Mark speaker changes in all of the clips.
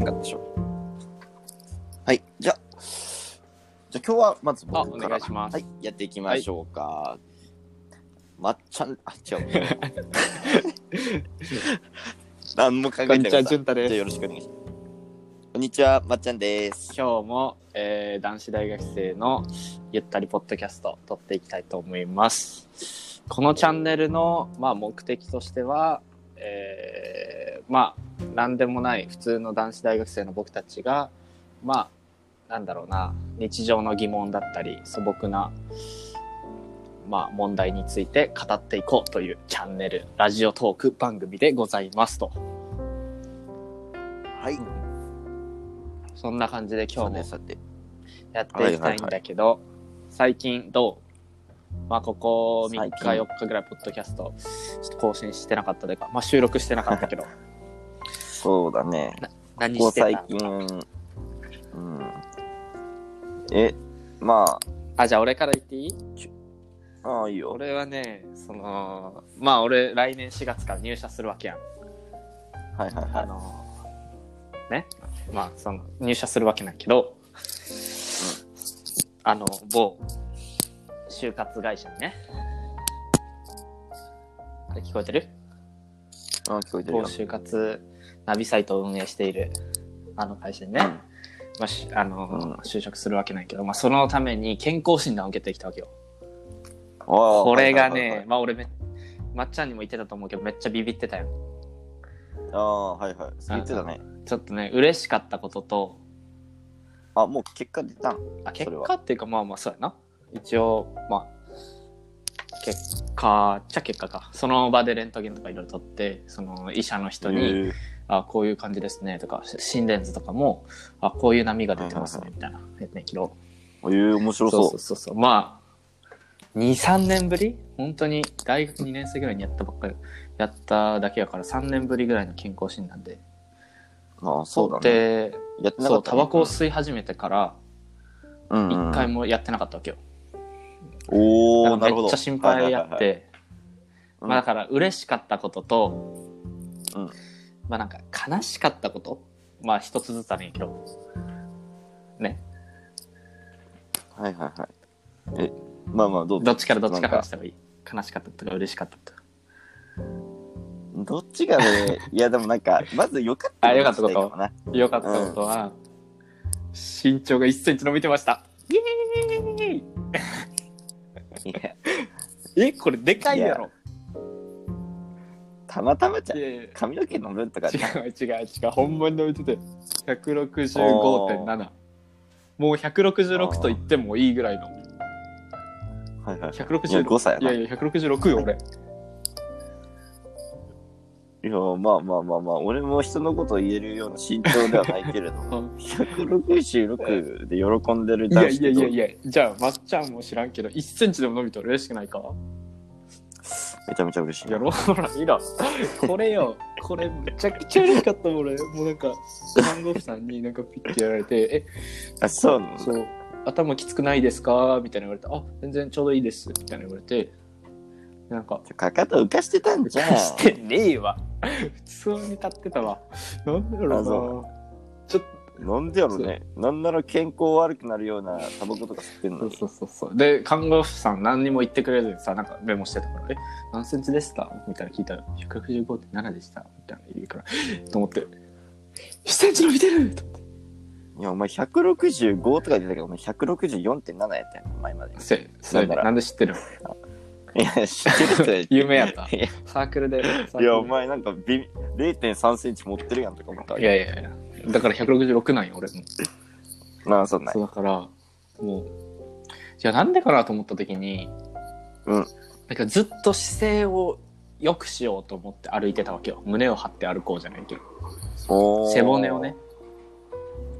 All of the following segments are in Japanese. Speaker 1: なかったでしょう。はい、じゃあ、じゃあ今日はまず僕から
Speaker 2: あお願いします
Speaker 1: はい、やっていきましょうか。まっちゃん、あ、違う。 何も考え
Speaker 2: こ
Speaker 1: てな
Speaker 2: んに
Speaker 1: い。
Speaker 2: ち
Speaker 1: じ
Speaker 2: は、
Speaker 1: ゃ
Speaker 2: じゅんた
Speaker 1: あ
Speaker 2: です。
Speaker 1: よろしくお願いします。こんにちは、まっちゃんです。
Speaker 2: 今日も、えー男子大学生のゆったりポッドキャスト撮っていきたいと思います。このチャンネルの、まあ、目的としては、えーまあ、なんでもない普通の男子大学生の僕たちが、まあ、なんだろうな、日常の疑問だったり、素朴な、まあ、問題について語っていこうというチャンネル、ラジオトーク番組でございますと。
Speaker 1: はい、
Speaker 2: そんな感じで今
Speaker 1: さ
Speaker 2: 日も
Speaker 1: てさて。
Speaker 2: やっていきたいんだけど、最近どうまあここ3日
Speaker 1: 最近
Speaker 2: 4日ぐらいポッドキャストちょっと更新してなかったというか、まあ、収録してなかっ たけど
Speaker 1: そうだね。
Speaker 2: 何
Speaker 1: こう
Speaker 2: してた
Speaker 1: 最近、うん。え、ま
Speaker 2: あじゃあ俺から言っていい
Speaker 1: あ、ああ、いいよ。
Speaker 2: 俺はねそのまあ俺来年4月から入社するわけやん
Speaker 1: はいはいは
Speaker 2: あ
Speaker 1: い。
Speaker 2: のねまあその入社するわけなんやけど、あの某就活会社にねあれ聞こえてる
Speaker 1: ああ、聞こえてる
Speaker 2: 某
Speaker 1: よ。
Speaker 2: 就活ナビサイトを運営しているあの会社にね、
Speaker 1: うん
Speaker 2: まあしあの
Speaker 1: うん
Speaker 2: 就職するわけないけど、まあ、そのために健康診断を受けてきたわけよ。こ
Speaker 1: こ
Speaker 2: れがね、まあ俺めまっちゃんにも言ってたと思うけどめっちゃビビってたよ
Speaker 1: ああ、はいはい。言ってたね。
Speaker 2: ちょっとね嬉しかったことと
Speaker 1: あ、もう結果出たん。
Speaker 2: あ
Speaker 1: そ
Speaker 2: 結
Speaker 1: れは
Speaker 2: 果っていうかまあまあそうやな一応まあ結果っちゃ結果かその場でレントゲンとかいろいろ取ってその医者の人に、
Speaker 1: へ
Speaker 2: あこういう感じですねとかし心電図とかもあこういう波が出てますねみたいなやつねけど
Speaker 1: えー、面白そう。
Speaker 2: そうそうそうまあ23年ぶり本当に大学2年生ぐらいにやったばっかりやっただけやから3年ぶりぐらいの健康診断で
Speaker 1: ああ、そうだね。
Speaker 2: で
Speaker 1: やってな
Speaker 2: そ
Speaker 1: か
Speaker 2: う
Speaker 1: ったね。
Speaker 2: タバコを吸い始めてから
Speaker 1: うんうん
Speaker 2: 1回もやってなかったわけよ、
Speaker 1: お
Speaker 2: な
Speaker 1: お、な
Speaker 2: んか
Speaker 1: るほど。
Speaker 2: めっちゃ心配や
Speaker 1: は
Speaker 2: っ
Speaker 1: いはいはいはい。
Speaker 2: てまあだから嬉しかったことと、
Speaker 1: うん
Speaker 2: まあなんか悲しかったことまあ一つずつあるんやけどね
Speaker 1: はいはいはい。え、まあまあ、どうぞ
Speaker 2: どっちからどっちか
Speaker 1: なん
Speaker 2: ら話したらいい悲しかったとか嬉しかったとか
Speaker 1: どっちがね、いやでもなんか、まず良かった
Speaker 2: あ良かったこと
Speaker 1: したいかもな
Speaker 2: 良かったことは、身長が1センチ伸びてました。イエーイ
Speaker 1: いや
Speaker 2: え、これでかいやろ。
Speaker 1: たまたまじゃん
Speaker 2: い。やいや違う
Speaker 1: 髪の毛の分とかね
Speaker 2: 違う違う。ほんまに伸びてて。165.7。もう166と言ってもいいぐらいの。
Speaker 1: はいはい。いや、
Speaker 2: 165。
Speaker 1: 5歳や
Speaker 2: い
Speaker 1: な。
Speaker 2: や
Speaker 1: い
Speaker 2: いや、166よ、俺。
Speaker 1: や、まあまあまあまあ、俺も人のこと言えるような身長ではないけれども、166で喜んでる
Speaker 2: いや
Speaker 1: 男子
Speaker 2: いやいやいや、じゃあ、まっちゃんも知らんけど、1センチでも伸びたら嬉しくないか
Speaker 1: めちゃめちゃ嬉しいな。
Speaker 2: やろほら、いいな。 これよ、これめちゃくちゃ嬉しかったもん、俺。もうなんか、看護婦さんになんかピッてやられて、え、
Speaker 1: あ、そうなの
Speaker 2: そう頭きつくないですかみたいな言われて「あ全然ちょうどいいです」みたいな言われてなんか
Speaker 1: かかと浮かしてたんじゃん。
Speaker 2: してねえわ普通に立ってたわなんだ
Speaker 1: あ
Speaker 2: ろ
Speaker 1: そう
Speaker 2: なちょっ
Speaker 1: なんでやろね。なんなら健康悪くなるようなタバコとか吸ってんの
Speaker 2: と
Speaker 1: に。
Speaker 2: そうそうそうそうで看護婦さん何にも言ってくれずにさなんかメモしてたから「え何センチですか?」みたいな聞いたら「165.7でした」みたいな言うからと思って「1センチ伸びてる!」と思って
Speaker 1: いや、お前165とか言ってたけど、お前164.7やったやん、前まで。
Speaker 2: せそれ
Speaker 1: なんだろう
Speaker 2: なんで知ってるの
Speaker 1: いや、知ってる人
Speaker 2: 有名やった
Speaker 1: いや
Speaker 2: サークルでサーク
Speaker 1: い
Speaker 2: ルで
Speaker 1: や、お前なんか微0.3センチ持ってるやんとか思ったわ
Speaker 2: い
Speaker 1: け。
Speaker 2: やいやいやだから166なんよ俺も
Speaker 1: まあ、そんなん
Speaker 2: そうだからもうじゃあなんでかなと思った時に、
Speaker 1: うん
Speaker 2: なんかずっと姿勢を良くしようと思って歩いてたわけよ胸を張って歩こうじゃないけど
Speaker 1: おー
Speaker 2: 背骨をね。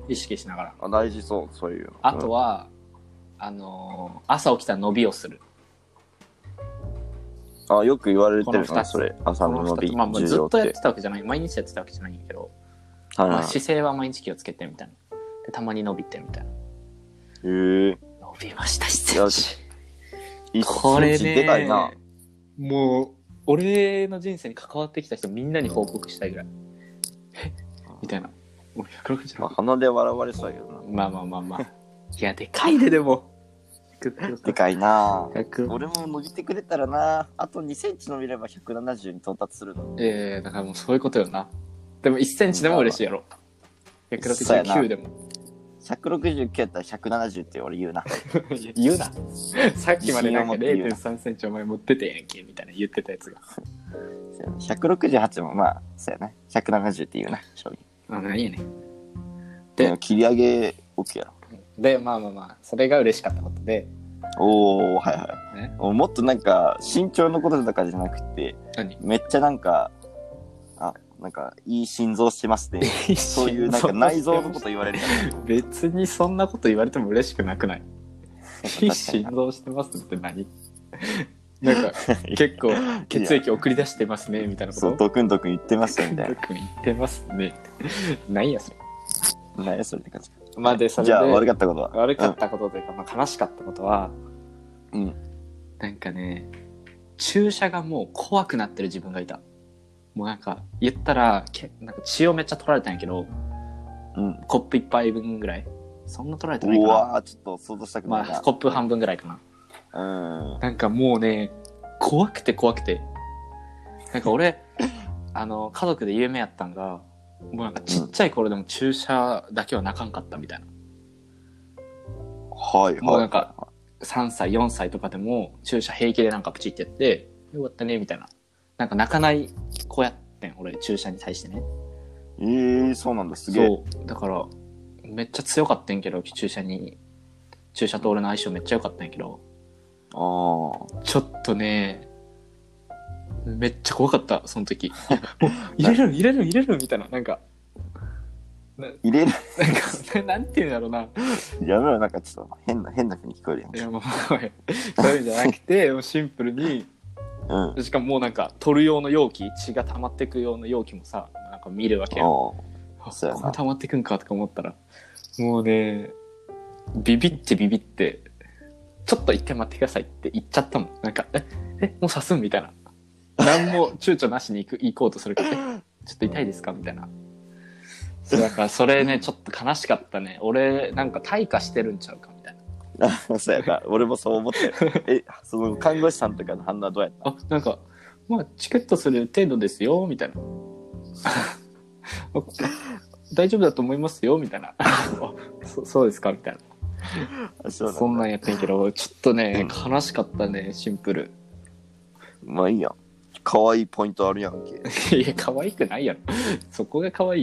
Speaker 2: 意識しながら
Speaker 1: あ、大事そう、そういうの。
Speaker 2: あとは、あのー朝起きたら伸びをする
Speaker 1: うん、あ、よく言われてる
Speaker 2: この二
Speaker 1: な、
Speaker 2: つ
Speaker 1: それ。朝の伸び、
Speaker 2: この二つまあまあ、
Speaker 1: 重
Speaker 2: ず
Speaker 1: 要
Speaker 2: っ
Speaker 1: っ
Speaker 2: とやって
Speaker 1: て。
Speaker 2: たわけじゃない毎日やってたわけじゃないんやけど、
Speaker 1: はい
Speaker 2: ま
Speaker 1: はい。
Speaker 2: あ、姿勢は毎日気をつけてみたいなでたまに伸びてみたいな
Speaker 1: へえ。
Speaker 2: 伸びました姿勢
Speaker 1: 1
Speaker 2: こ
Speaker 1: セ
Speaker 2: れ
Speaker 1: ンチ
Speaker 2: ね
Speaker 1: でかいな。
Speaker 2: もう俺の人生に関わってきた人みんなに報告したいぐらいえみたいなもう160
Speaker 1: まあ、鼻で笑われそうやけどな。
Speaker 2: まあまあまあまあ。 いや、でかいで、でも。
Speaker 1: でかい なぁ。
Speaker 2: 100
Speaker 1: 俺も伸びてくれたらなあと2センチ伸びれば170に到達するの。
Speaker 2: えー、だからもうそういうことよな。でも1センチでも嬉しいやろ。
Speaker 1: そうやな
Speaker 2: 169でも。
Speaker 1: 169やったら170って俺言うな。
Speaker 2: いや言うな。 さっきまでなんか0.3センチお前持っててやんけ、みたいな言ってたやつが。
Speaker 1: 168もまあ、そうやね。170って言うな、正直。
Speaker 2: あ、いいね。で
Speaker 1: でも切り上げ OK やろ。
Speaker 2: で、まあまあまあ、それが嬉しかったことで。
Speaker 1: おおはいはい、
Speaker 2: ね
Speaker 1: もっとなんか身長のこととかじゃなくて
Speaker 2: 何
Speaker 1: めっちゃなんかあなんかいい心臓してますね そういうなんか内臓のこと言われるから
Speaker 2: 別にそんなこと言われても嬉しくなくない
Speaker 1: かに
Speaker 2: 心臓してますって何なんか結構血液送り出してますねみたいなこ
Speaker 1: そう
Speaker 2: と
Speaker 1: ドクンドクン言ってますよみたい
Speaker 2: よく言ってますね何やそれ
Speaker 1: な何やそれって感じ
Speaker 2: まあでそれ
Speaker 1: じ
Speaker 2: で
Speaker 1: ゃあ悪かったことは
Speaker 2: 悪かったことというか、まあ、悲しかったことは
Speaker 1: うん
Speaker 2: なんかね注射がもう怖くなってる自分がいたもうなんか言ったらけなんか血をめっちゃ取られたんやけど
Speaker 1: うん
Speaker 2: コップ一杯分ぐらいそんな取られてないうかな
Speaker 1: わーちょっと想像したくない
Speaker 2: まあ
Speaker 1: な、
Speaker 2: コップ半分ぐらいかな
Speaker 1: うん
Speaker 2: なんかもうね、怖くて怖くて。なんか俺、 あの、家族で夢やったんが、もうなんかちっちゃい頃でも注射だけは泣かんかったみたいな。
Speaker 1: はい
Speaker 2: もうな
Speaker 1: は
Speaker 2: んか、3歳、4歳とかでも注射平気でなんかプチってやって、よかったね、みたいな。なんか泣かない子やってん、俺、注射に対してね。
Speaker 1: いえー、そうなんだすげえ
Speaker 2: そう。だから、めっちゃ強かったんやけど、注射に、注射と俺の相性めっちゃ良かったんやけど、
Speaker 1: あー
Speaker 2: ちょっとね、めっちゃ怖かった、そ の時。いやもう入れる入れる入れるみたいな、なんか、
Speaker 1: 入れる
Speaker 2: なんか、なんて言うんだろうな。
Speaker 1: やめろなんかちょっと変な変な風に聞こえるやん
Speaker 2: いや、もう、そういうんじゃなくて、もうシンプルに、
Speaker 1: うん
Speaker 2: しかももうなんか、取る用の容器、血が溜まってく用の容器もさ、なんか見るわけよ。
Speaker 1: おー
Speaker 2: あ
Speaker 1: そうやな
Speaker 2: これ溜まってくんかとか思ったら、もうね、ビビってビビって、ちょっと一回待ってくださいって言っちゃったもん。なんか、え、え、もう刺すんみたいな。何も躊躇なしに行く行こうとす るけど、えちょっと痛いですかみたいな。そうだからそれね、ちょっと悲しかったね。俺、なんか退化してるんちゃうかみたいな。
Speaker 1: あそうやな俺もそう思ってるえその看護師さんとかの反応はどうやった
Speaker 2: あ、なんか、まあ、チケットする程度ですよ、みたいな。 大丈夫だと思いますよ、みたいな。 あそそうですかみたいな。
Speaker 1: そうなんだ
Speaker 2: そんなんやってんけど、ちょっとね、
Speaker 1: う
Speaker 2: 悲しかったね、シンプル。
Speaker 1: まあいいやん。可愛いポイントあるやんけ。
Speaker 2: いや、可愛くないやろ。そこが可愛い。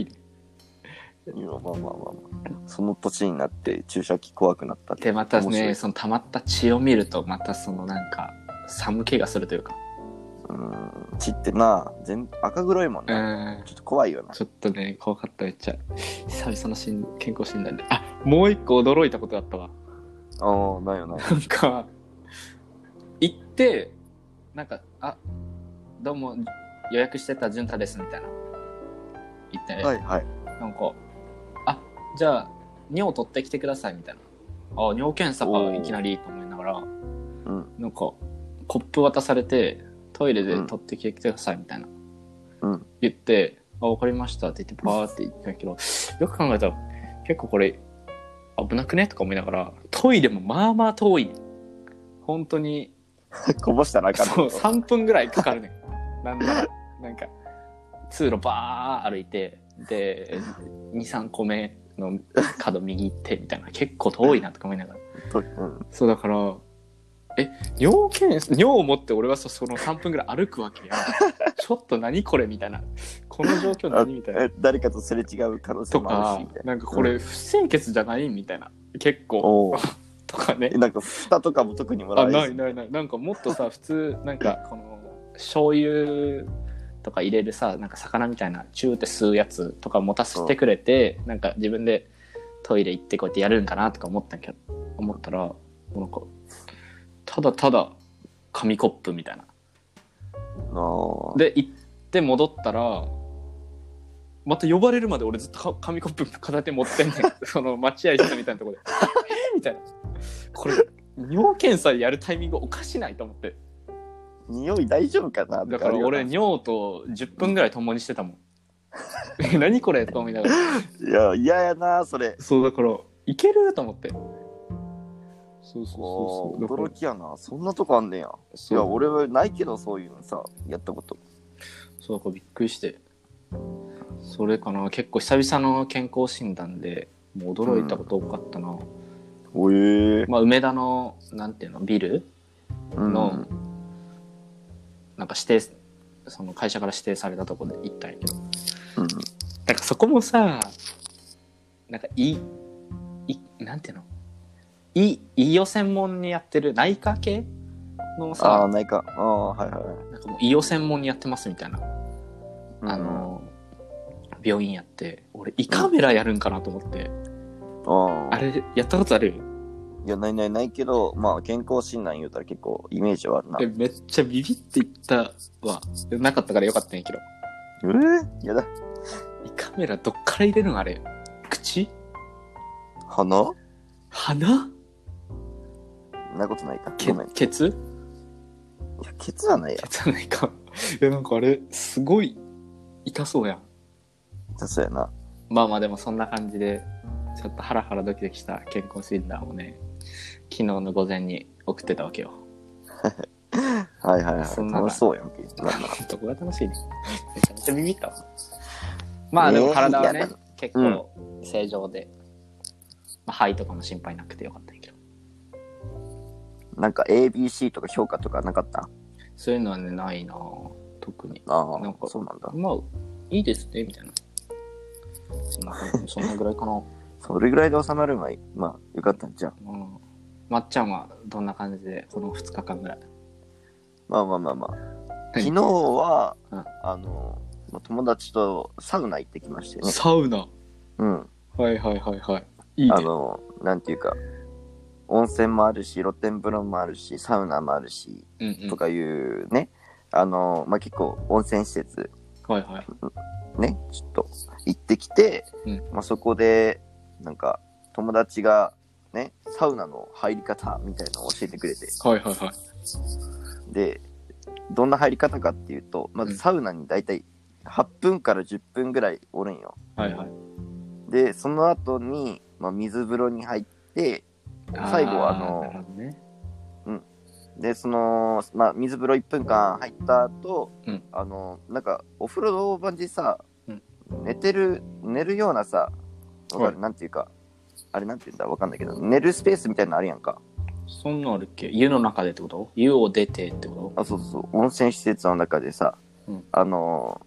Speaker 1: いやまあまあまあまあ。その年になって注射器怖くなったって。
Speaker 2: で、また
Speaker 1: 面白
Speaker 2: ね、
Speaker 1: い
Speaker 2: その溜まった血を見ると、またそのなんか、寒気がするというか。
Speaker 1: うん。血ってな、全赤黒いもん
Speaker 2: う
Speaker 1: な。
Speaker 2: ん。
Speaker 1: ちょっと怖いよな。
Speaker 2: ちょっとね、怖かった、めっちゃ。久々のしん健康診断で。あ、もう一個驚いたことだったわ。
Speaker 1: ああ、だよな。
Speaker 2: なんか、行って、なんか、あ、どうも、予約してた潤太です、みたいな。言って、
Speaker 1: はいはい。
Speaker 2: なんか、あ、じゃあ、尿取ってきてください、みたいな。あ、尿検査
Speaker 1: お
Speaker 2: か、
Speaker 1: ー
Speaker 2: いきなりと思いながら、
Speaker 1: うん
Speaker 2: なんか、コップ渡されて、トイレで取ってきてください、みたいな。
Speaker 1: うん
Speaker 2: 言って、あ、わかりましたって言って、バーって言ったけど、よく考えたら、結構これ、危なくねとか思いながら、トイレもまあまあ遠い。本当に、
Speaker 1: こぼしたらあかん
Speaker 2: そう、
Speaker 1: の。
Speaker 2: 3分ぐらいかかるね ん。なんなら、なんか、通路ばー歩いて、で、2、3個目の角右行って、みたいな、結構遠いなとか思いながら。
Speaker 1: とうん。
Speaker 2: そう、だから、え、尿検査、尿を持って俺はそその3分ぐらい歩くわけ や。ちょっと何これみたいな。この状況何みたいな。
Speaker 1: え誰かとすれ違う可能性
Speaker 2: と
Speaker 1: もあ
Speaker 2: か
Speaker 1: るしみた、いな。
Speaker 2: なんかこれ不清潔じゃないみたいな。結構。
Speaker 1: おお。
Speaker 2: とかね
Speaker 1: え。なんか蓋とかも特にもら
Speaker 2: あ
Speaker 1: えず
Speaker 2: ないないないなんかもっとさ普通なんかこの醤油とか入れるさなんか魚みたいなチューって吸うやつとか持たせてくれて、なんか自分でトイレ行ってこうやってやるんかなとか思ったけど思ったらもうなんかただただ紙コップみたいな
Speaker 1: あー
Speaker 2: で行って戻ったらまた呼ばれるまで俺ずっとか紙コップ片手持ってんねんその待合室みたいなとこで「えーみたいなこれ尿検査やるタイミングおかしないと思って
Speaker 1: 匂い大丈夫かな
Speaker 2: だから俺
Speaker 1: に
Speaker 2: 尿と10分ぐらい共にしてたもん え何これと思いながら
Speaker 1: いや、嫌やな、それ。
Speaker 2: そうだからいけると思ってそう
Speaker 1: こ
Speaker 2: そううそう
Speaker 1: 驚きやな。そんなとこあんねや。い
Speaker 2: そう
Speaker 1: や、俺はないけど、そういうのさ、やったこと。
Speaker 2: そうだからびっくりしてそれかな結構久々の健康診断でもう驚いたこと多かったな、
Speaker 1: おえ
Speaker 2: まあ梅田のなんていうのビル
Speaker 1: うん
Speaker 2: のなんか指定その会社から指定されたとこで行ったんやけど
Speaker 1: うん
Speaker 2: なんかそこもさなんかいいなんていうのいいを専門にやってる内科系の
Speaker 1: ああ、
Speaker 2: さ
Speaker 1: ないか。ああ、はいはいはい。
Speaker 2: なんかもういを専門にやってますみたいなあの病院やって俺胃カメラやるんかなと思って、
Speaker 1: うん、あ
Speaker 2: あれやったことある
Speaker 1: いや、ないないないけど、まあ、健康診断言うたら結構イメージはあるな。
Speaker 2: えめっちゃビビっていったわなかったからよかったんやけど
Speaker 1: えー、やだ。
Speaker 2: 胃カメラどっから入れるんあれ口
Speaker 1: 鼻そ
Speaker 2: 鼻
Speaker 1: んなことないか。
Speaker 2: け
Speaker 1: ごめん。い
Speaker 2: ケツ
Speaker 1: や、ケツはないや
Speaker 2: ケ。ツはないか いやなんかあれすごい痛そうやん
Speaker 1: 痛そうやな。
Speaker 2: まあまあでもそんな感じでちょっとハラハラドキドキした健康診断をね昨日の午前に送ってたわけよ
Speaker 1: はいはい
Speaker 2: そ
Speaker 1: は
Speaker 2: ん
Speaker 1: い。
Speaker 2: なの
Speaker 1: 楽しそうやんけ。なんだ
Speaker 2: どこが楽しいねめちゃめちゃビビったわまあでも体はね、
Speaker 1: えーいや
Speaker 2: 結構正常で、まあ、肺とかも心配なくてよかったんやけど
Speaker 1: なんか ABC とか評価とかなかった
Speaker 2: そういうのはねないなぁ特に
Speaker 1: ああ、
Speaker 2: なんか
Speaker 1: そうなんだ。
Speaker 2: まあいいですねみたいなそんな 感じそんなぐらいかな
Speaker 1: それぐらいで収まる前、まあ、よかったんじゃん。
Speaker 2: うんまっちゃんはどんな感じでこの2日間ぐらい
Speaker 1: まあまあまあまあ。
Speaker 2: い
Speaker 1: 昨日は、
Speaker 2: うん
Speaker 1: あの、まあ友達とサウナ行ってきましてね。
Speaker 2: サウナ
Speaker 1: うん。
Speaker 2: はいはいはいはいいい
Speaker 1: あ
Speaker 2: ね
Speaker 1: の、なんていうか、温泉もあるし、露天風呂もあるし、サウナもあるし、
Speaker 2: うんうん
Speaker 1: とかいうね、あの、まあ、結構温泉施設
Speaker 2: はいはい
Speaker 1: ね、ちょっと行ってきて、
Speaker 2: うん
Speaker 1: まあ、そこで、なんか、友達が、ね、サウナの入り方みたいなのを教えてくれて、
Speaker 2: はいはいはい
Speaker 1: で、どんな入り方かっていうと、ま
Speaker 2: う
Speaker 1: ず
Speaker 2: ん
Speaker 1: サウナに大体8分から10分ぐらいおるんよ。
Speaker 2: はいはい
Speaker 1: で、その後に、まあ、水風呂に入って、最後はあの
Speaker 2: ーなるほどね
Speaker 1: でその、まあ、水風呂1分間入った後、
Speaker 2: うん
Speaker 1: あのなんかお風呂場にさ、
Speaker 2: うん
Speaker 1: 寝てる寝るようなさわかる、なんていうかあれなんていうんだわかんないけど寝るスペースみたいなのあるやんか
Speaker 2: そんなんあるっけ湯の中でってこと湯を出てってこ
Speaker 1: あそうそうそう温泉施設の中でさ、
Speaker 2: うん
Speaker 1: あの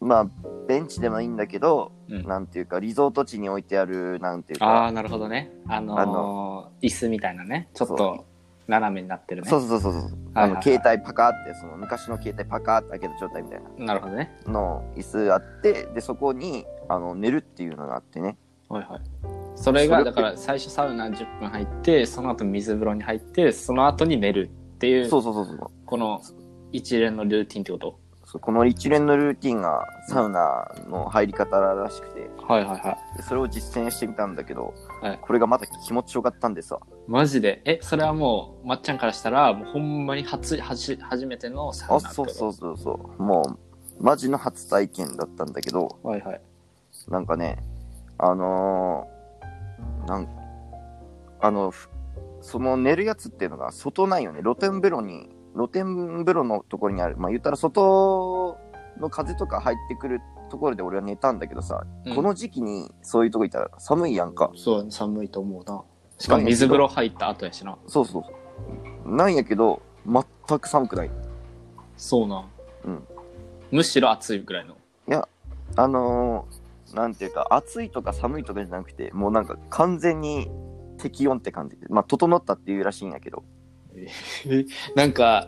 Speaker 1: まあベンチでもいいんだけど、
Speaker 2: うん
Speaker 1: なんていうかリゾート地に置いてあるなんていう
Speaker 2: と
Speaker 1: か
Speaker 2: ああなるほどねあのー
Speaker 1: あ
Speaker 2: 椅子みたいなねちょっと斜めになってるね
Speaker 1: そうそうそうそう、
Speaker 2: はいはい
Speaker 1: あの携帯パカってその昔の携帯パカって開けた状態みたいな
Speaker 2: なるほどね
Speaker 1: の椅子あってでそこにあの寝るっていうのがあってね
Speaker 2: はいはいそれが
Speaker 1: それ
Speaker 2: だ
Speaker 1: って
Speaker 2: から最初サウナ10分入ってその後水風呂に入ってその後に寝るっていう
Speaker 1: そうそうそうそう
Speaker 2: この一連のルーティンってこと
Speaker 1: そうこの一連のルーティンがサウナの入り方らしくて
Speaker 2: はいはいはい
Speaker 1: でそれを実践してみたんだけど、
Speaker 2: はい
Speaker 1: これがまた気持ちよかったんでさ
Speaker 2: マジでえそれはもうまっちゃんからしたらもうほんまに初はじ初めてのサ
Speaker 1: あ
Speaker 2: ウナって
Speaker 1: そ
Speaker 2: こ
Speaker 1: う
Speaker 2: と
Speaker 1: そうそうそうもうマジの初体験だったんだけど
Speaker 2: はいはい
Speaker 1: なんかねあのーなんあのふその寝るやつっていうのが外ないよね露天風呂に露天風呂のところにあるまあ言ったら外の風とか入ってくるところで俺は寝たんだけどさ、
Speaker 2: うん
Speaker 1: この時期にそういうとこ行ったら寒いやんか
Speaker 2: そうだね寒いと思うなしかも水風呂入った後やしな
Speaker 1: そうそうそうなんやけど全く寒くない
Speaker 2: そうな
Speaker 1: うん
Speaker 2: むしろ暑いぐらいの
Speaker 1: あのーなんていうか暑いとか寒いとかじゃなくてもうなんか完全に適温って感じまあ整ったっていうらしいんやけど
Speaker 2: えなんか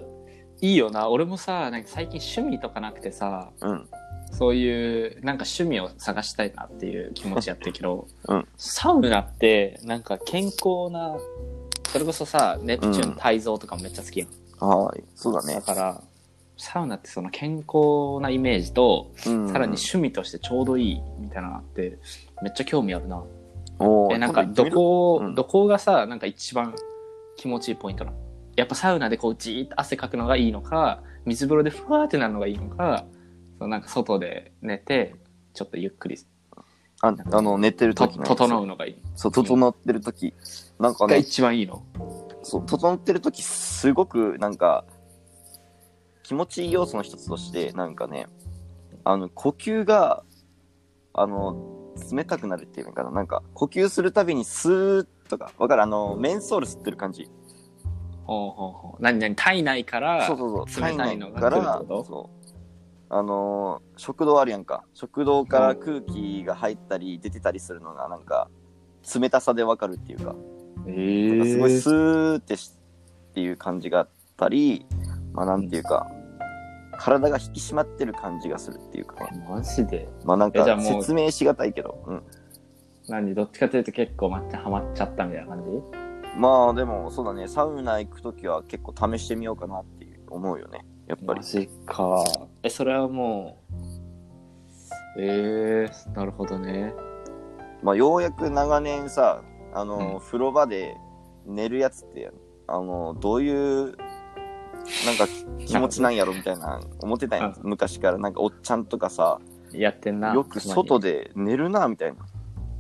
Speaker 2: いいよな俺もさなんか最近趣味とかなくてさ
Speaker 1: うん
Speaker 2: そういうなんか趣味を探したいなっていう気持ちやったけど、
Speaker 1: うん
Speaker 2: サウナってなんか健康なそれこそさネプチュー
Speaker 1: う
Speaker 2: ン
Speaker 1: ん
Speaker 2: 泰造とかもめっちゃ好きやん、
Speaker 1: はい、そうだね
Speaker 2: だ。からサウナってその健康なイメージと、
Speaker 1: うん
Speaker 2: さらに趣味としてちょうどいいみたいなのがあってめっちゃ興味あるな
Speaker 1: おー
Speaker 2: えなんかどこを、
Speaker 1: うん
Speaker 2: どこがさなんか一番気持ちいいポイントなのやっぱサウナでこうじーっと汗かくのがいいのか水風呂でふわーってなるのがいいのかそのなんか外で寝てちょっとゆっくり
Speaker 1: ああの、寝てる
Speaker 2: と
Speaker 1: 時のやつ
Speaker 2: 整うのがいい
Speaker 1: そう、整ってる時なんか
Speaker 2: が
Speaker 1: ね、
Speaker 2: 一番いいの
Speaker 1: そう、整ってる時すごく、なんか、気持ちいい要素の一つとして、なんかね、あの、呼吸が、あの、冷たくなるっていうのかな。なんか、呼吸するたびにスーッとか、わかるあの、メンソール吸ってる感じ。
Speaker 2: ほうほうほう何何体内から
Speaker 1: そうそうそう。
Speaker 2: 冷たいのが
Speaker 1: 体内
Speaker 2: 来るってこと
Speaker 1: そう。あのー食堂あるやんか。食堂から空気が入ったり出てたりするのが、なんか、冷たさでわかるっていうか。
Speaker 2: え
Speaker 1: なんかすごい
Speaker 2: ー
Speaker 1: スーってしっていう感じがあったり、まあなんていうか、体が引き締まってる感じがするっていうかね。
Speaker 2: マジで
Speaker 1: まあなん
Speaker 2: えじゃ
Speaker 1: か
Speaker 2: あもう
Speaker 1: 説明しがたいけど、うん。
Speaker 2: 何どっちかというと結構待ってハマっちゃったみたいな感じ
Speaker 1: まあでもそうだね、サウナ行くときは結構試してみようかなっていう思うよね。やっぱり
Speaker 2: マ。ジか。え、それはもう。えー、なるほどね。
Speaker 1: まあようやく長年さ、あの、
Speaker 2: うん
Speaker 1: 風呂場で寝るやつって、あの、どういう、なんか気持ちなんやろみたいな思ってたんや
Speaker 2: う
Speaker 1: 昔からなんかおっちゃんとかさ
Speaker 2: やってんな。
Speaker 1: よく外
Speaker 2: で。
Speaker 1: で寝るなみたいな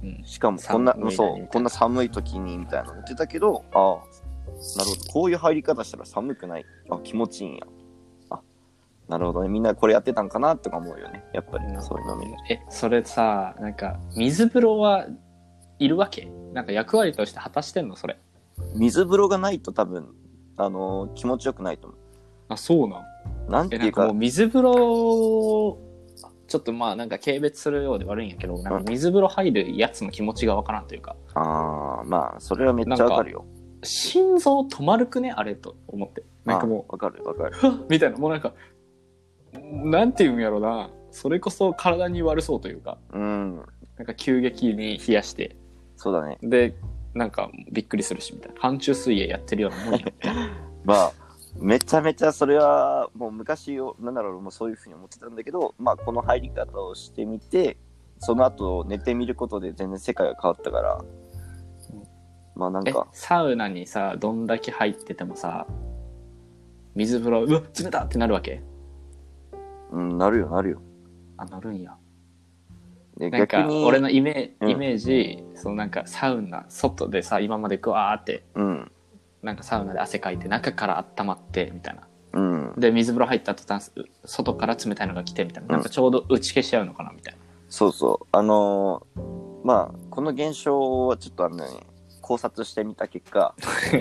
Speaker 2: うん、
Speaker 1: しかもこんな
Speaker 2: 寒いの
Speaker 1: そ
Speaker 2: にみたいうな
Speaker 1: こんな寒い時にみたいなの言ってたけどああなるほどこういう入り方したら寒くないあ気持ちいいんやあなるほどねみんなこれやってたんかなとか思うよねやっぱり
Speaker 2: うん
Speaker 1: そういうのみんな
Speaker 2: え、それさ、なんか、水風呂はいるわけなんか役割として果たしてんのそれ。
Speaker 1: 水風呂がないと多分あのー気持ちよくないと思
Speaker 2: あ、そうなん
Speaker 1: うなんて
Speaker 2: え、
Speaker 1: い
Speaker 2: なん
Speaker 1: う
Speaker 2: か
Speaker 1: か
Speaker 2: もう水風呂、ちょっとまあなんか軽蔑するようで悪いんやけど、なんか水風呂入るやつの気持ちがわからんというか、
Speaker 1: ああまあそれはめっちゃわかるよ
Speaker 2: 心臓止まるくねあれと思って。なんかもう、
Speaker 1: あわかるわかる
Speaker 2: ふっ みたいな、もうなんか、なんていうんやろな、それこそ体に悪そうというか、
Speaker 1: うん
Speaker 2: なんか急激に冷やして、
Speaker 1: そうだね
Speaker 2: で、なんかびっくりするしみたいな、寒中水泳やってるようなもんや。
Speaker 1: まあめちゃめちゃそれはもう昔をなんだろうもうそういうふうに思ってたんだけどまあこの入り方をしてみてその後寝てみることで全然世界が変わったからま あなん
Speaker 2: え
Speaker 1: か、
Speaker 2: サウナにさ、どんだけ入っててもさ、水風呂、うわ、冷たってなるわけ
Speaker 1: うんなるよなるよ
Speaker 2: あ、なるんや。
Speaker 1: で
Speaker 2: なん
Speaker 1: 逆
Speaker 2: か、
Speaker 1: に
Speaker 2: 俺のイメ
Speaker 1: うん
Speaker 2: イメージ、そのなんかサウナ、外でさ、今までグワーって、
Speaker 1: うん
Speaker 2: なんかサウナで汗かいて、中から温まって、みたいな。
Speaker 1: うん
Speaker 2: で水風呂入った途端う外から冷たいのが来てみたいななんかちょうど打ち消しちゃうのかなみたいな、
Speaker 1: そうそうあのーまあこの現象はちょっとあのね考察してみた結 果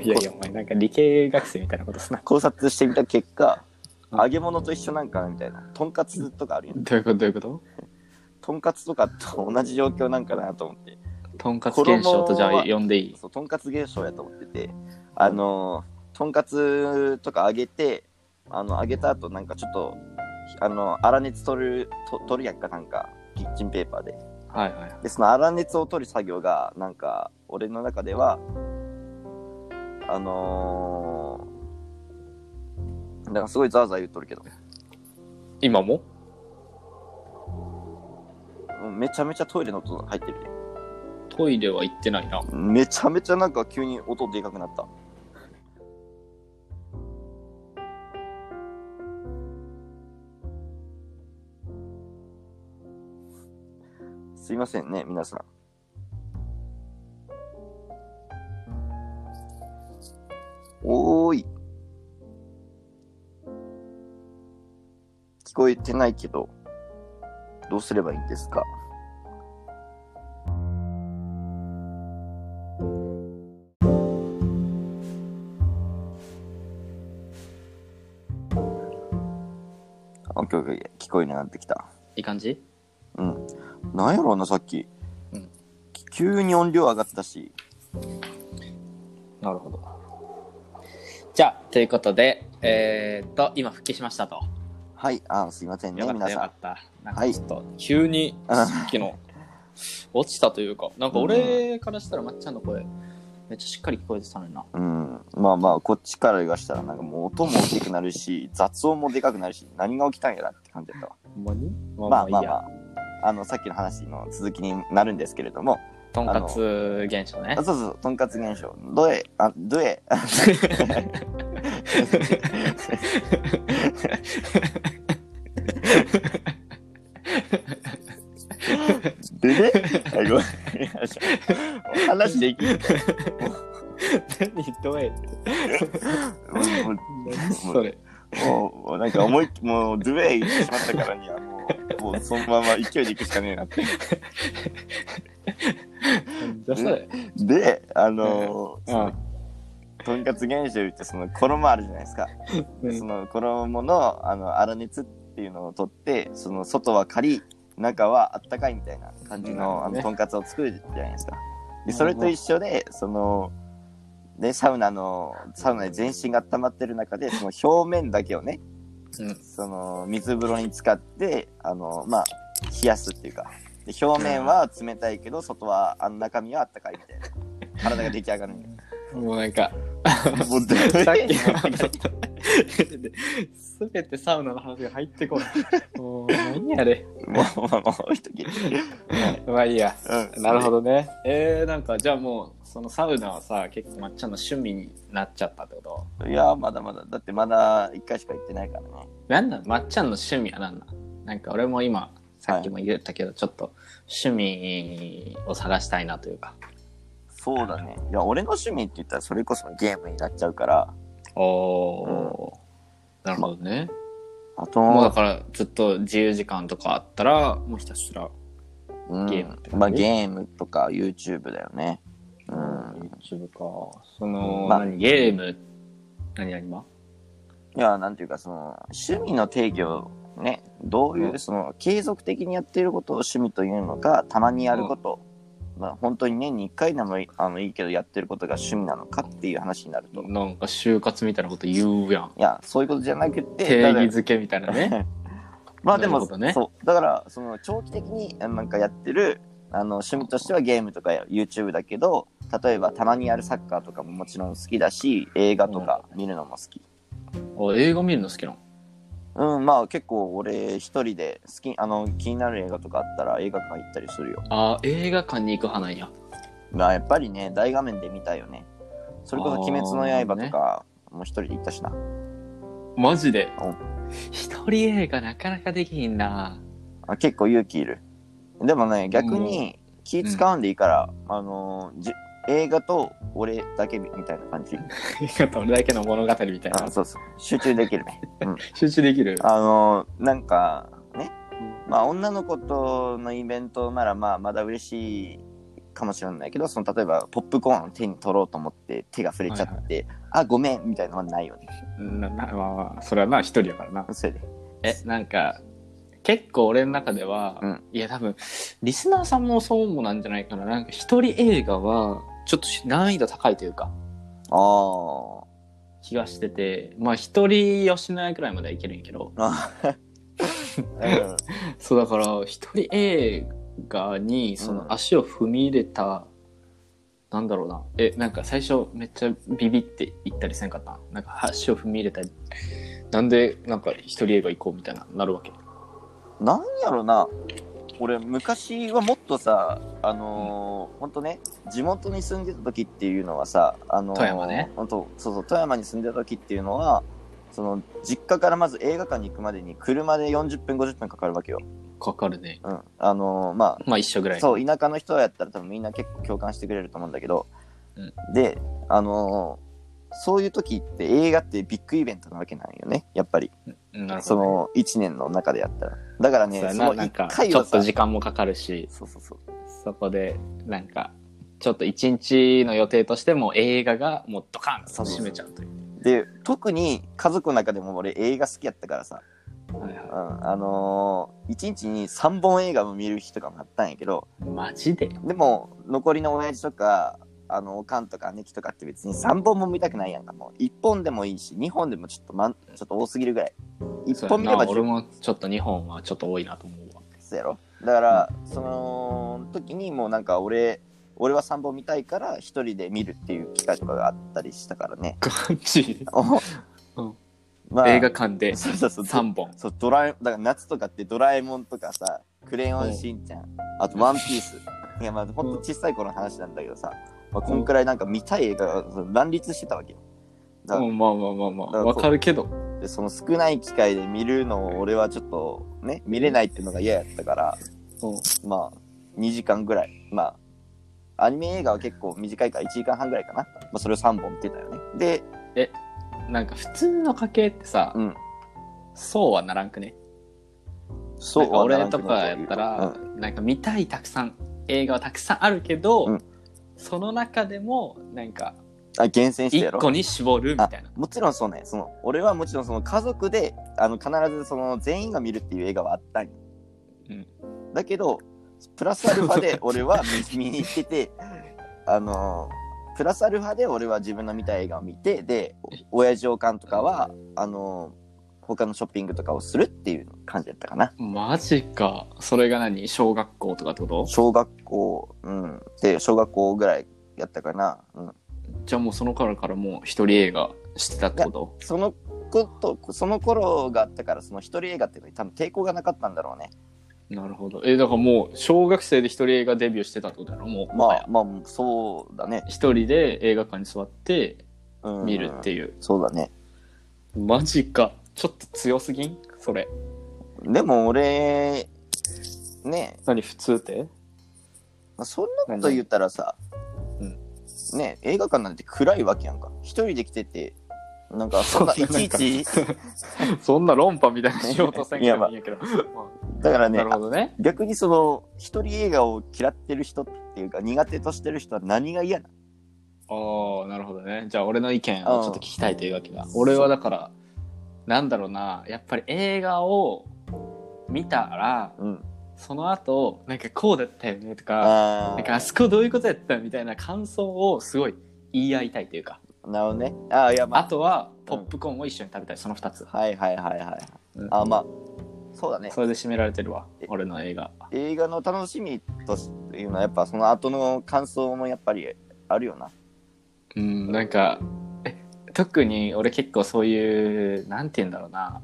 Speaker 2: いやいやお前なんか理系学生みたいなことすな
Speaker 1: 考察してみた結果
Speaker 2: うん
Speaker 1: 揚げ物と一緒なんかなみたいなとんかつとかあるやん
Speaker 2: どういうことどういうこと
Speaker 1: とんかつとかと同じ状況なんかなと思って
Speaker 2: とんかつ現象とじゃあ呼んでいい
Speaker 1: そうとんかつ現象やと思っててあのーとんかつとか揚げてあの揚げた後なんかちょっとあの粗熱取ると取るやんかなんかキッチンペーパーで
Speaker 2: はいはい
Speaker 1: でその粗熱を取る作業がなんか俺の中ではあのー、なんかすごいザーザー言っとるけど
Speaker 2: 今も
Speaker 1: うんめちゃめちゃトイレの音入ってるね
Speaker 2: トイレは行ってないな
Speaker 1: めちゃめちゃなんか急に音でかくなったすいませんね皆さんおーい聞こえてないけどどうすればいいんですかオッケーオッケーオッケー聞こえなくなってきた
Speaker 2: いい感じ
Speaker 1: うん。なんやろうな、さっき。
Speaker 2: うん
Speaker 1: 急に音量上がったし。
Speaker 2: なるほどじゃあということでえー、っと今復帰しましたと
Speaker 1: はい、あすいませんね
Speaker 2: よ、かっ
Speaker 1: 皆
Speaker 2: たよ
Speaker 1: さ
Speaker 2: か
Speaker 1: ん
Speaker 2: っ。たなんかちょっと急に
Speaker 1: うん
Speaker 2: さっきの落ちたというかなんか俺からしたらまっちゃんの声めっちゃしっかり聞こえてたのにな
Speaker 1: うん。まあまあ、こっちから言わしたら、なんかもう音も大きくなるし、雑音もでかくなるし、何が起きたんやらって感じだったわ。
Speaker 2: ほんまにま
Speaker 1: まあまあ
Speaker 2: いい
Speaker 1: ま
Speaker 2: や
Speaker 1: あ。あの、さっきの話の続きになるんですけれども、
Speaker 2: とんかつ現象ね
Speaker 1: あ。そうそう、とんかつ現象、どえ、あ、どえ、いや話できる。
Speaker 2: 何どうやって
Speaker 1: もう
Speaker 2: 何それ
Speaker 1: もうもうなんか思いっきもうドゥウェイ行ってしまったからにはもうもうそのまま勢いで行くしかねえなって。
Speaker 2: じゃそれ
Speaker 1: であの
Speaker 2: う
Speaker 1: そのとんかつ原種ってその衣あるじゃないですか。
Speaker 2: ん
Speaker 1: その衣のあの粗熱っていうのを取ってその外はカリ中はあったかいみたいな感じの,、
Speaker 2: なるほどね
Speaker 1: あのとんかつを作るじゃないですか。でそれと一緒でそのねサウナのサウナで全身が温まってる中でその表面だけをね
Speaker 2: うん
Speaker 1: その水風呂に使ってあのまあ冷やすっていうかで表面は冷たいけど外はあの中身はあったかいみたいな体が出来上がるん よ
Speaker 2: もうなんか
Speaker 1: もうどういう
Speaker 2: さっきの すべてサウナの話が入ってこない。もう何やれ。
Speaker 1: もうもうもう一時、
Speaker 2: まあいいや。
Speaker 1: うん、
Speaker 2: なるほどね。えー、なんかじゃあもうそのサウナはさ結構まっちゃんの趣味になっちゃったってこと
Speaker 1: いやーまだまだだってまだ1回しか行ってないからね
Speaker 2: なんなんまっちゃんの趣味は何なんなんか俺も今さっきも言ったけど、ちょっと趣味を探したいなというか。
Speaker 1: そうだねいや俺の趣味って言ったらそれこそゲームになっちゃうから
Speaker 2: おー。なるほどね。
Speaker 1: あ
Speaker 2: もうだ
Speaker 1: と
Speaker 2: からずっと自由時間とかあったらもうひたすら
Speaker 1: うん
Speaker 2: ゲームって感じ
Speaker 1: まあゲームとか YouTube だよねうん
Speaker 2: YouTube か。その、
Speaker 1: まあ
Speaker 2: 何ゲーム、何やりま
Speaker 1: いやなんていうかその趣味の定義をねどういううんその継続的にやっていることを趣味というのかたまにやること、まあ本当に年に1回でもいいあのいいけどやってることが趣味なのかっていう話になるとい
Speaker 2: なんか就活みたいなこと言うやん。
Speaker 1: やそういうことじゃなくて
Speaker 2: 定
Speaker 1: ただ
Speaker 2: 義づけみたいなね。
Speaker 1: まあで
Speaker 2: な
Speaker 1: も
Speaker 2: るほどね
Speaker 1: そうだからその長期的にあなんかやってるあの趣味としてはゲームとか YouTube だけど例えばたまにやるサッカーとかももちろん好きだし映画とか見るのも好き、
Speaker 2: お映画見るの好きなの
Speaker 1: うんまあ結構俺一人で好きあの気になる映画とかあったら映画館行ったりするよ
Speaker 2: あー映画館に行く派なんや。
Speaker 1: まあやっぱりね大画面で見たいよねそれこそ「鬼滅の刃」とか、もう一人で行ったしな
Speaker 2: マジで
Speaker 1: うん。
Speaker 2: 一人映画なかなかできひんな。
Speaker 1: あ結構勇気いるでもね逆に気使うんでいいから、あのじ映画と俺だけみたいな感じ
Speaker 2: 映画と俺だけの物語みたいな
Speaker 1: あ。そうそう集中できる ね
Speaker 2: 集中できる。
Speaker 1: あのなんかねまあ女の子とのイベントならまあまだ嬉しいかもしれないけどその例えばポップコーンを手に取ろうと思って手が触れちゃって、あごめんみたいなのはないよね
Speaker 2: ななまあまあ、それはな、一人やからな。
Speaker 1: それで
Speaker 2: え、なんか、結構俺の中では、
Speaker 1: うん
Speaker 2: いや多分、リスナーさんもそうもなんじゃないかな。なんか一人映画は、ちょっと難易度高いというか、
Speaker 1: あー
Speaker 2: 気がしてて、まあ一人吉野家くらいまではいけるんやけど、
Speaker 1: あうん
Speaker 2: そうだから、一人映画にその足を踏み入れた、なんだろうな。え、なんか最初めっちゃビビって行ったりせんかったなんか足を踏み入れたり、なんでなんか一人映画行こうみたいな、なるわけ。
Speaker 1: なんやろな俺昔はもっとさあのーほんとね地元に住んでた時っていうのはさ、あのー
Speaker 2: 富山ね
Speaker 1: ほんとそうそう富山に住んでた時っていうのはその実家からまず映画館に行くまでに車で40分50分かかるわけよ、
Speaker 2: かかるね。
Speaker 1: うん、あのーま
Speaker 2: まあ一緒ぐ
Speaker 1: あ
Speaker 2: らい。
Speaker 1: そう田舎の人やったら多分みんな結構共感してくれると思うんだけど、
Speaker 2: うん
Speaker 1: であのーそういう時って映画ってビッグイベントなわけなんよねやっぱり
Speaker 2: うんなるほ
Speaker 1: そ
Speaker 2: どね、
Speaker 1: の1年の中でやったらだからね
Speaker 2: そうや
Speaker 1: そ
Speaker 2: な
Speaker 1: の
Speaker 2: なん
Speaker 1: 1
Speaker 2: か
Speaker 1: 回
Speaker 2: ちょ
Speaker 1: は
Speaker 2: っと
Speaker 1: さ
Speaker 2: 時間もかかるし
Speaker 1: そうそうそう
Speaker 2: そこでなんかちょっと一日の予定としても映画がもっとカンと締めちゃうという
Speaker 1: で特に家族の中でも俺映画好きやったからさ、
Speaker 2: はい
Speaker 1: うん、
Speaker 2: は
Speaker 1: あのー、1日に3本映画も見る日とかもあったんやけど
Speaker 2: いマジで
Speaker 1: でも残りの親父とかあのおかんとか姉貴とかって別に3本も見たくないやんかもう1本でもいいし2本でもちょっと,、まん、ちょっと多すぎるぐらい1本見れば
Speaker 2: そう
Speaker 1: 十
Speaker 2: やな俺
Speaker 1: 分
Speaker 2: もちょっと日本はちょっと多いなと思うわ
Speaker 1: ですやろだからその時にもうなんか俺俺は3本見たいから1人で見るっていう機会とかがあったりしたからね
Speaker 2: ガチ うん
Speaker 1: まあ
Speaker 2: 映画館で
Speaker 1: そうそうそう
Speaker 2: 3本
Speaker 1: そう、ドラえ、だから夏とかってドラえもんとかさ、クレヨンしんちゃん、あとワンピース。いや、まあ、ほんと小さい頃の話なんだけどさ、まあ、こんくらいなんか見たい映画が乱立してたわけよ。だ
Speaker 2: う
Speaker 1: か
Speaker 2: んまあまあまあま
Speaker 1: だ
Speaker 2: あ
Speaker 1: から
Speaker 2: わかるけど
Speaker 1: らでその少ない機会で見るのを俺はちょっとね、見れないっていうのが嫌やったから、
Speaker 2: うん
Speaker 1: まあ、2時間ぐらい、まあ、アニメ映画は結構短いから1時間半ぐらいかな。まあ、それを3本見てたよね。で、
Speaker 2: なんか普通の家系ってさ、
Speaker 1: うん
Speaker 2: そうはならんくね
Speaker 1: そ
Speaker 2: なん
Speaker 1: う
Speaker 2: か俺とかやったら、なんか見たいたくさん映画はたくさんあるけど、
Speaker 1: うん
Speaker 2: その中でもなんか
Speaker 1: あ厳選して
Speaker 2: 一
Speaker 1: やろう
Speaker 2: 個に絞るみたいな
Speaker 1: もちろんそうねその俺はもちろんその家族であの必ずその全員が見るっていう映画はあったんよ、
Speaker 2: うん
Speaker 1: だけどプラスアルファ で俺は見見に行っててあのプラスアルファで俺は自分の見たい映画を見てでお親父おかんとかはあの他のショッピングとかをするっていう感じだったかな
Speaker 2: マジかそれが何小学校とかってこと
Speaker 1: 小学校うんで小学校ぐらいやったかな、うん、
Speaker 2: じゃあもうその頃からもう一人映画してたってこと
Speaker 1: そのことその頃があったからその一人映画っていうのに多分抵抗がなかったんだろうね
Speaker 2: なるほどえだからもう小学生で一人映画デビューしてたってことだろもうも
Speaker 1: ま
Speaker 2: は
Speaker 1: あ
Speaker 2: や
Speaker 1: まあそうだね、
Speaker 2: 一人で映画館に座って
Speaker 1: うん
Speaker 2: 見るっていう、
Speaker 1: そうだね
Speaker 2: マジかちょっと強すぎんそれ
Speaker 1: でも俺ね
Speaker 2: 何普通って
Speaker 1: まあそんなこと言ったらさ、
Speaker 2: うん
Speaker 1: ね映画館なんて暗いわけやんか一人で来ててなんかそんないちいち
Speaker 2: そんな論破みたいなしようとせんけど いいんやけど。
Speaker 1: だからね
Speaker 2: なるほどね。
Speaker 1: 逆にその一人映画を嫌ってる人っていうか苦手としてる人は何が嫌な
Speaker 2: ああ、なるほどね。じゃあ俺の意見をちょっと聞きたいというわけだ。俺はだから、なんだろうな、やっぱり映画を見たら、
Speaker 1: うん
Speaker 2: その後、なんかこうだったよねとか、
Speaker 1: あ
Speaker 2: なん
Speaker 1: ー
Speaker 2: かあそこどういうことやったみたいな感想をすごい言い合いたいというか、
Speaker 1: なるほどねああいやま
Speaker 2: あ
Speaker 1: あ
Speaker 2: とはポップコーンを一緒に食べたい、その2つ。
Speaker 1: はいはいはいはい
Speaker 2: うん
Speaker 1: あーまあそうだね
Speaker 2: それで締められてるわ、俺の映画。
Speaker 1: 映画の楽しみというのはやっぱその後の感想もやっぱりあるよな。
Speaker 2: うん、なんか、え特に俺結構そういう、なんて言うんだろうな、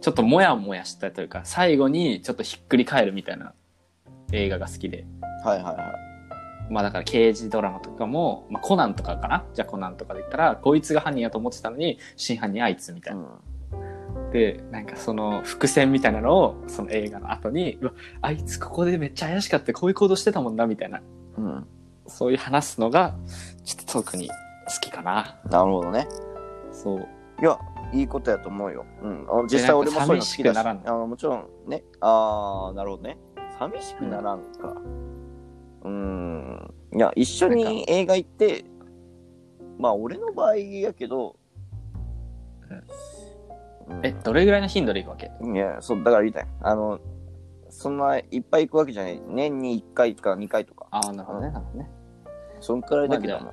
Speaker 2: ちょっともやもやしたというか、最後にちょっとひっくり返るみたいな映画が好きで。
Speaker 1: はいはいは
Speaker 2: まあだから刑事ドラマとかも、まあコナンとかかなじゃあコナンとかで言ったら、こいつが犯人やと思ってたのに、真犯人あいつみた
Speaker 1: い。
Speaker 2: いうな。
Speaker 1: ん、
Speaker 2: で、なんかその伏線みたいなのを、その映画の後に、うわ、あいつここでめっちゃ怪しかった、こういう行動してたもんな、みたいな。
Speaker 1: うん、
Speaker 2: そういう話すのが、ちょっと特に好きかな。
Speaker 1: なるほどね。
Speaker 2: そう。
Speaker 1: いや、いいことやと思うよ。うん、あの実際俺もそういうの好きだし。
Speaker 2: なんか寂しくならん
Speaker 1: あのもちろんね。ああ、なるほどね。寂しくならんか。うん、ん。いや、一緒に映画行って、まあ俺の場合やけど、うん
Speaker 2: え、どれぐらいの頻度で行くわけ
Speaker 1: いや、そう、だから言いたい。あの、そんないっぱい行くわけじゃない。年に1回か2回とか。
Speaker 2: ああ、なるほどね、なるほどね。
Speaker 1: そんくらいだけどな。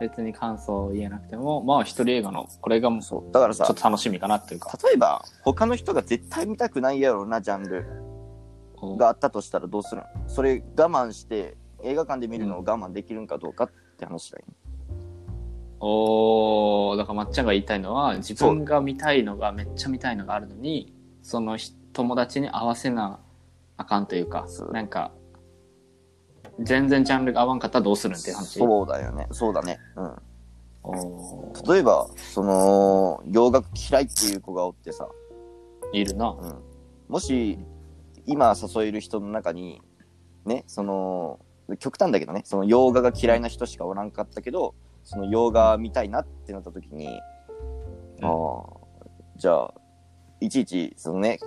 Speaker 2: 別に感想を言えなくても、まあ一人映画の、これがもうち
Speaker 1: そう。だから
Speaker 2: ょ
Speaker 1: さ
Speaker 2: っ、と楽しみかなっていうか。
Speaker 1: 例えば、他の人が絶対見たくないやろうな、ジャンルがあったとしたらどうするのそれ我慢して、映画館で見るのを我慢できるんかどうかって話だよ、
Speaker 2: おおだからまっちゃんが言いたいのは、自分が見たいのが、めっちゃ見たいのがあるのに、そのひ友達に合わせなあかんというか
Speaker 1: そう、
Speaker 2: なんか、全然ジャンルが合わんかったらどうするんっていう話。
Speaker 1: そうだよね。そうだね。うん。
Speaker 2: おー
Speaker 1: 例えば、その、洋楽嫌いっていう子がおってさ、
Speaker 2: いるな。
Speaker 1: うん、もし今誘える人の中にねその極端だけどねその洋画が嫌いな人しかおらんかったけどその洋画見たいなってなった時に、
Speaker 2: うん
Speaker 1: ああじゃあいちいちそのね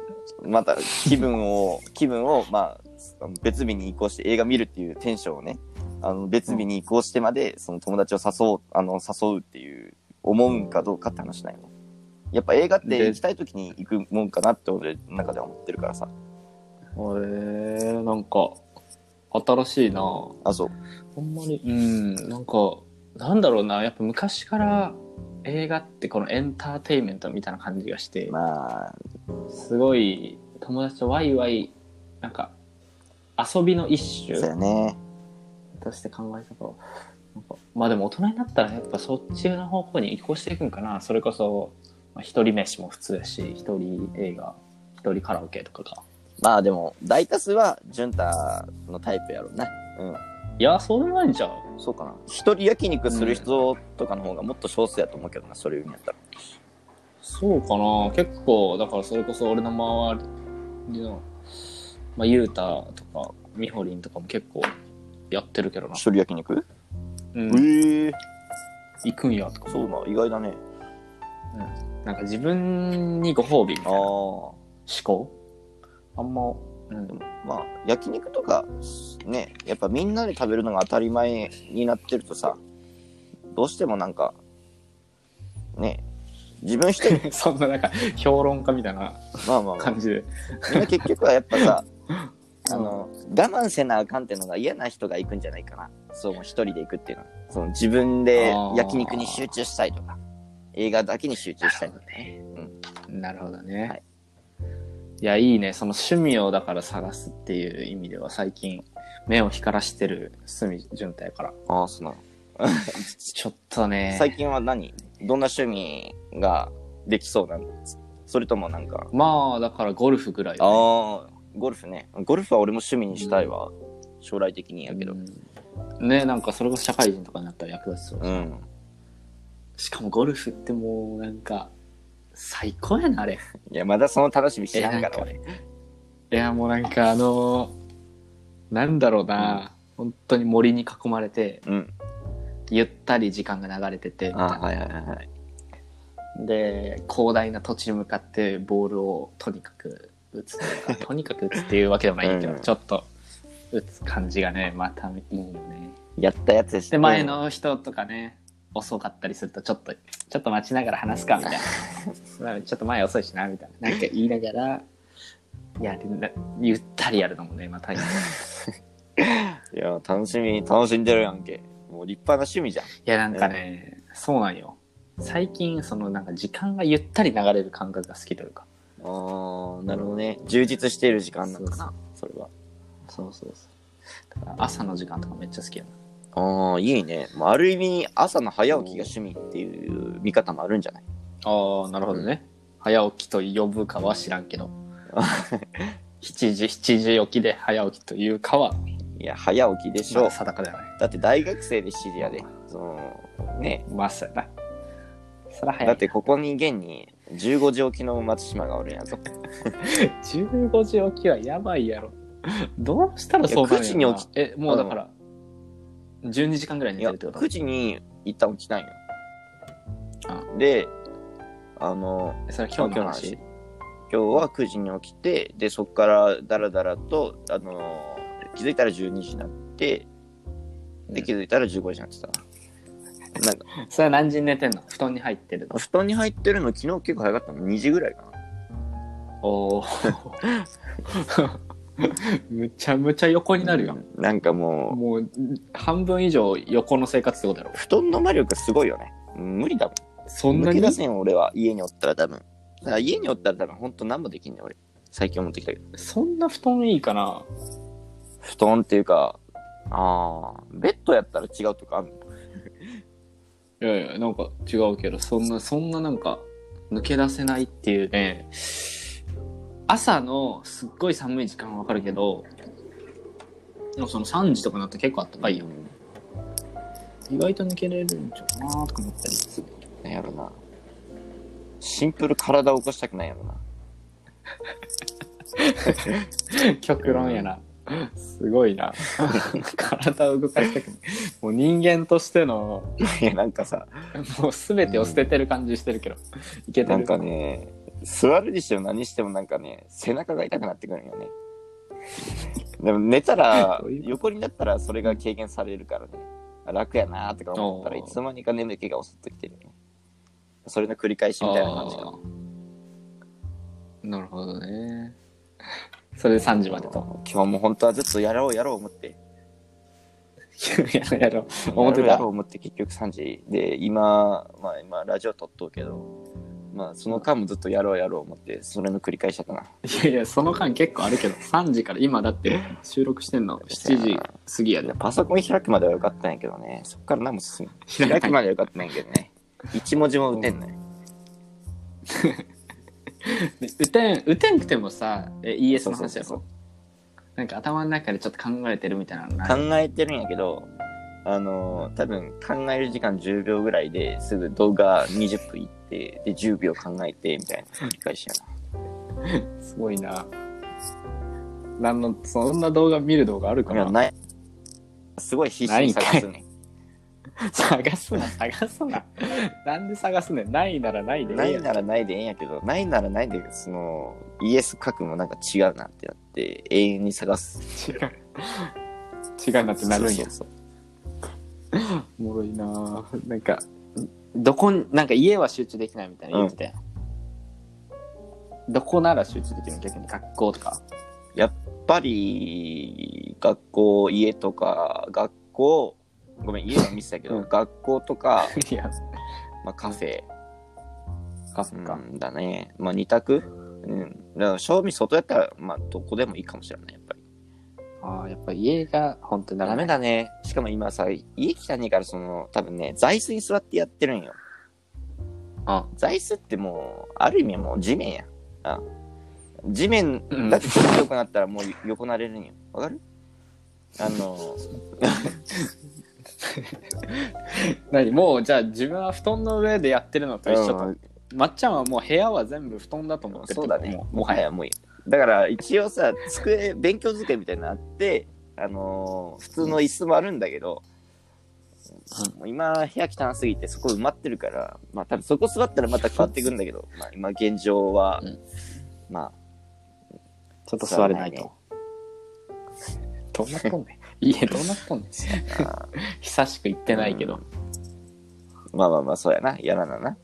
Speaker 1: また気分を気分をまああの別日に移行して映画見るっていうテンションをねあの別日に移行してまでその友達を誘うあの誘うっていう思うんかどうかって話なんよねやっぱ映画って
Speaker 2: で
Speaker 1: 行きたい時に行くもんかなって俺の中では思ってるからさ
Speaker 2: えー、なんか、新しいな
Speaker 1: あそう
Speaker 2: ほんまに、うん、なんか、なんだろうな、やっぱ昔から映画ってこのエンターテインメントみたいな感じがして、
Speaker 1: まあ
Speaker 2: すごい友達とワイワイ、なんか、遊びの一
Speaker 1: そう
Speaker 2: 種
Speaker 1: やね
Speaker 2: として考えたと、なんかまあでも大人になったらやっぱそっちの方向に移行していくんかな、それこそ、まあ、一人飯も普通やし、一人映画、一人カラオケとかか。
Speaker 1: まあでも大多数は潤太のタイプやろうな
Speaker 2: いや、そうでもないんちゃう
Speaker 1: うんそうかな一人焼肉する人とかの方がもっと少数やと思うけどな、それ言うんやったら
Speaker 2: そうかな結構だからそれこそ俺の周りの、まあ、ゆうたとかみほりんとかも結構やってるけどな
Speaker 1: 一、人焼肉、
Speaker 2: うん、
Speaker 1: ええ
Speaker 2: 行くんやとか
Speaker 1: そうな、意外だね。
Speaker 2: なんか自分にご褒美みたい
Speaker 1: あ
Speaker 2: な
Speaker 1: あ。
Speaker 2: 思考あんま、うん
Speaker 1: でもまあ、焼肉とか、ね、やっぱみんなで食べるのが当たり前になってるとさ、どうしてもなんか、ね、自分一 人、
Speaker 2: そんななんか評論家みたいな
Speaker 1: まあまあ、まあ、
Speaker 2: 感じで。
Speaker 1: みんな結局はやっぱ さ、あの、我慢せなあかんっていうのが嫌な人が行くんじゃないかな。そう、もう一人で行くっていうのは。その自分で焼肉に集中したいとか、映画だけに集中したい。
Speaker 2: ね
Speaker 1: うん。
Speaker 2: なるほどね。
Speaker 1: はい
Speaker 2: い、や、いいね。その趣味をだから探すっていう意味では最近目を光らしてる隅純太やから。
Speaker 1: ああ、その。
Speaker 2: ちょっとね。
Speaker 1: 最近は何どんな趣味ができそうなのそれともなんか、
Speaker 2: まあ、だからゴルフぐらい、ね。
Speaker 1: ああ、ゴルフね。ゴルフは俺も趣味にしたいわ。将来的にやけど。
Speaker 2: うんねなんかそれこそ社会人とかになったら役立ちそう。
Speaker 1: うん。
Speaker 2: しかもゴルフってもうなんか、最高やな、あれ。
Speaker 1: いや、まだその楽しみ知
Speaker 2: え
Speaker 1: らんから
Speaker 2: なんか
Speaker 1: 俺。
Speaker 2: いや、もうなんかあのーなんだろうな、本当に森に囲まれて、
Speaker 1: うん。
Speaker 2: ゆったり時間が流れてて、みたいな
Speaker 1: はいはいはい。
Speaker 2: で、広大な土地に向かってボールをとにかく打つというか。とにかく打つっていうわけでもないんだけど、
Speaker 1: うん
Speaker 2: ちょっと打つ感じがね、またいいよね。
Speaker 1: やったやつでし
Speaker 2: で、前。の人とかね、遅かったりすると、ちょっと、ちょっと待ちながら話すか、みたいな。 まあちょっと前遅いしな、みたいな。なんか言いながら、やるなゆったりやるのもね、またいいね。
Speaker 1: いや、楽しみ、楽しんでるやんけ。もう立派な趣味じゃん。
Speaker 2: いやなんかね、そうなんよ最近そのなんか時間がゆったり流れる感覚が好きというか
Speaker 1: ああ、なるほどね。充実している時間なのかな。それは。
Speaker 2: そうそうそうだから朝の時間とかめっちゃ好きやな
Speaker 1: ああ、いいね。まあ、ある意味、朝の早起きが趣味っていう見方もあるんじゃない
Speaker 2: ああなるほどね、早起きと呼ぶかは知らんけ ど7時7時起きで早起きというかはい
Speaker 1: や、早起きでし
Speaker 2: ま
Speaker 1: ょ
Speaker 2: だ。定かではない
Speaker 1: だって大学生で知り合いで。その、ね。
Speaker 2: まあそうやなそら早い
Speaker 1: だってここに現に15時起きの松島がおるんやぞ。
Speaker 2: 15時起きはやばいやろどうしたらそうなるんやろ
Speaker 1: い
Speaker 2: な
Speaker 1: や9時に起き
Speaker 2: えもうだから12時間ぐらい
Speaker 1: い
Speaker 2: 寝て
Speaker 1: や、
Speaker 2: るってこと
Speaker 1: 9時に一旦起きたんよ
Speaker 2: あ。
Speaker 1: で、あの、
Speaker 2: それは今日の話
Speaker 1: 今日は9時に起きて、で、そこからダラダラと、あの、気づいたら12時になって、で、
Speaker 2: うん
Speaker 1: 気づいたら15時になってたな。なんか、
Speaker 2: それは何時に寝てんの布団に入ってるの。
Speaker 1: 布団に入ってるの昨日結構早かったの、2時ぐらいかな。
Speaker 2: おお。むちゃむちゃ横になるよ。
Speaker 1: うんなんかも
Speaker 2: もう、半分以上横の生活ってことやろ
Speaker 1: う、。布団の魔力すごいよね。うん無理だもん。
Speaker 2: そんな
Speaker 1: 抜け
Speaker 2: に
Speaker 1: 出せん俺は家におったら多分。だから家におったら多分本当何もできんねん俺。最近思ってきたけど。
Speaker 2: そんな布団いいかな
Speaker 1: 布団っていうか、ああ、ベッドやったら違うとかあるの
Speaker 2: いやいや、なんか違うけど、そんな、そんななんか、抜け出せないっていうね。朝のすっごい寒い時間はわかるけど、でもその3時とかになって結構あったかいよ。意外と抜けれるんちゃうかなとか思ったりする。
Speaker 1: なんやろな。シンプル体を起こしたくないやろな。
Speaker 2: 極論やな。すごい な。体を動かしたくない。もう人間としての、
Speaker 1: いや、なんかさ、
Speaker 2: もう全てを捨ててる感じしてるけど、いけてる。
Speaker 1: なんかね、座るにしても何してもなんかね、背中が痛くなってくるんよね。でも寝たら
Speaker 2: どういう、こと
Speaker 1: 横になったらそれが軽減されるからね。楽やなーとか思ったら
Speaker 2: お
Speaker 1: い
Speaker 2: ー
Speaker 1: つの間にか眠気が襲ってきてるよね。それの繰り返しみたいな感じかな。
Speaker 2: なるほどね。 それで3時までと。
Speaker 1: 今日も本当はずっとやろうやろう思って。
Speaker 2: やろうやろう。 思ってた
Speaker 1: やろうやろう思って結局3時で、今、まあ今ラジオ撮っとうけど、まあその間もずっとやろうやろう思って、それの繰り返しだったな。
Speaker 2: いやいや、その間結構あるけど、3時から、今だって収録してんの7時過ぎやで。
Speaker 1: パソコン開くまではよかったんやけどね、そっから何も進む。開くまではよかったんやけどね。一文字も打てんのよ。
Speaker 2: で打てん、打てんくてもさ、え ES の話や
Speaker 1: そうそうそう
Speaker 2: ろ。なんか頭の中でちょっと考えてるみたいなのない
Speaker 1: 考えてるんやけど、あのー、多分考える時間10秒ぐらいですぐ動画20分いって、で10秒考えてみたいな繰り返しやな。
Speaker 2: すごいな。なんの、そんな動画見る動画あるか
Speaker 1: い
Speaker 2: な
Speaker 1: や、ない。すごい必死に探すね。
Speaker 2: 探すな、探すな。なんで探すねんないならないでええやん
Speaker 1: ないならないでええんやけど、ないならないで、その、イエス書くのなんか違うなってなって、永遠に探す。
Speaker 2: 違う。違うなってなるんや。
Speaker 1: そうそう
Speaker 2: おもろいな ぁなんか、どこに、なんか家は集中できないみたいな言ってたやん。どこなら集中できるの逆に学校とか。
Speaker 1: そうやっぱり、学校、家とか、学校、ごめん、家は見てたけど、
Speaker 2: うん
Speaker 1: 学校とか、
Speaker 2: いや、
Speaker 1: まあ、カフェ、
Speaker 2: かそっ
Speaker 1: な
Speaker 2: か。
Speaker 1: んだね。まあ、二択うん。だから、正味外やったら、まあ、どこでもいいかもしれない、やっぱり。
Speaker 2: ああ、やっぱ家が本当に
Speaker 1: ダ
Speaker 2: ダ
Speaker 1: メ
Speaker 2: メ
Speaker 1: だね。しかも今さ、家来たねえから、その、多分ね、座椅子に座ってやってるんよ。
Speaker 2: あ
Speaker 1: 座椅子ってもう、ある意味もう地面や。あ地面
Speaker 2: うん、
Speaker 1: だってちょっと良くなったらもう横なれるんよ。わかるあの、
Speaker 2: 何もうじゃあ自分は布団の上でやってるのと一緒と、
Speaker 1: うん
Speaker 2: まっちゃんはもう部屋は全部布団だと思ってる
Speaker 1: そうだね
Speaker 2: も。う
Speaker 1: も
Speaker 2: も
Speaker 1: は
Speaker 2: はや
Speaker 1: やもういい。だから一応さ、机、勉強机みたいなのあって、あのー普通の椅子もあるんだけど、もう今、部屋汚すぎてそこ埋まってるから、まあ多分そこ座ったらまた変わってくんだけど、まあ今現状は、
Speaker 2: うん
Speaker 1: ま
Speaker 2: ちょっと座れないと。どうなっとんねん。 家どうなっとんねん。
Speaker 1: あ、
Speaker 2: 久しく行ってないけど。
Speaker 1: まあまあまあ、そうやな。やらなな。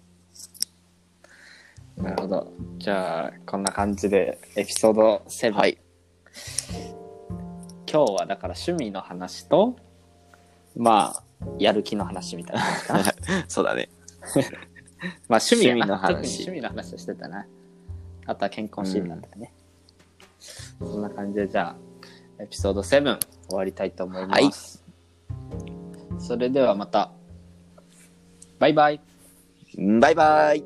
Speaker 2: なるほど。じゃあ、こんな感じで、エピソード7。
Speaker 1: はい。
Speaker 2: 今日はだから趣味の話と、まあ、やる気の 話みたいな感じかな。
Speaker 1: そうだね。
Speaker 2: まあ、趣味
Speaker 1: 趣味の話
Speaker 2: あ特に趣味の話をしてたな。あとは健康診断とかね。そんな感じで、じゃあ、エピソード7終わりたいと思います。それではまた。バイバイ。
Speaker 1: バイバイ。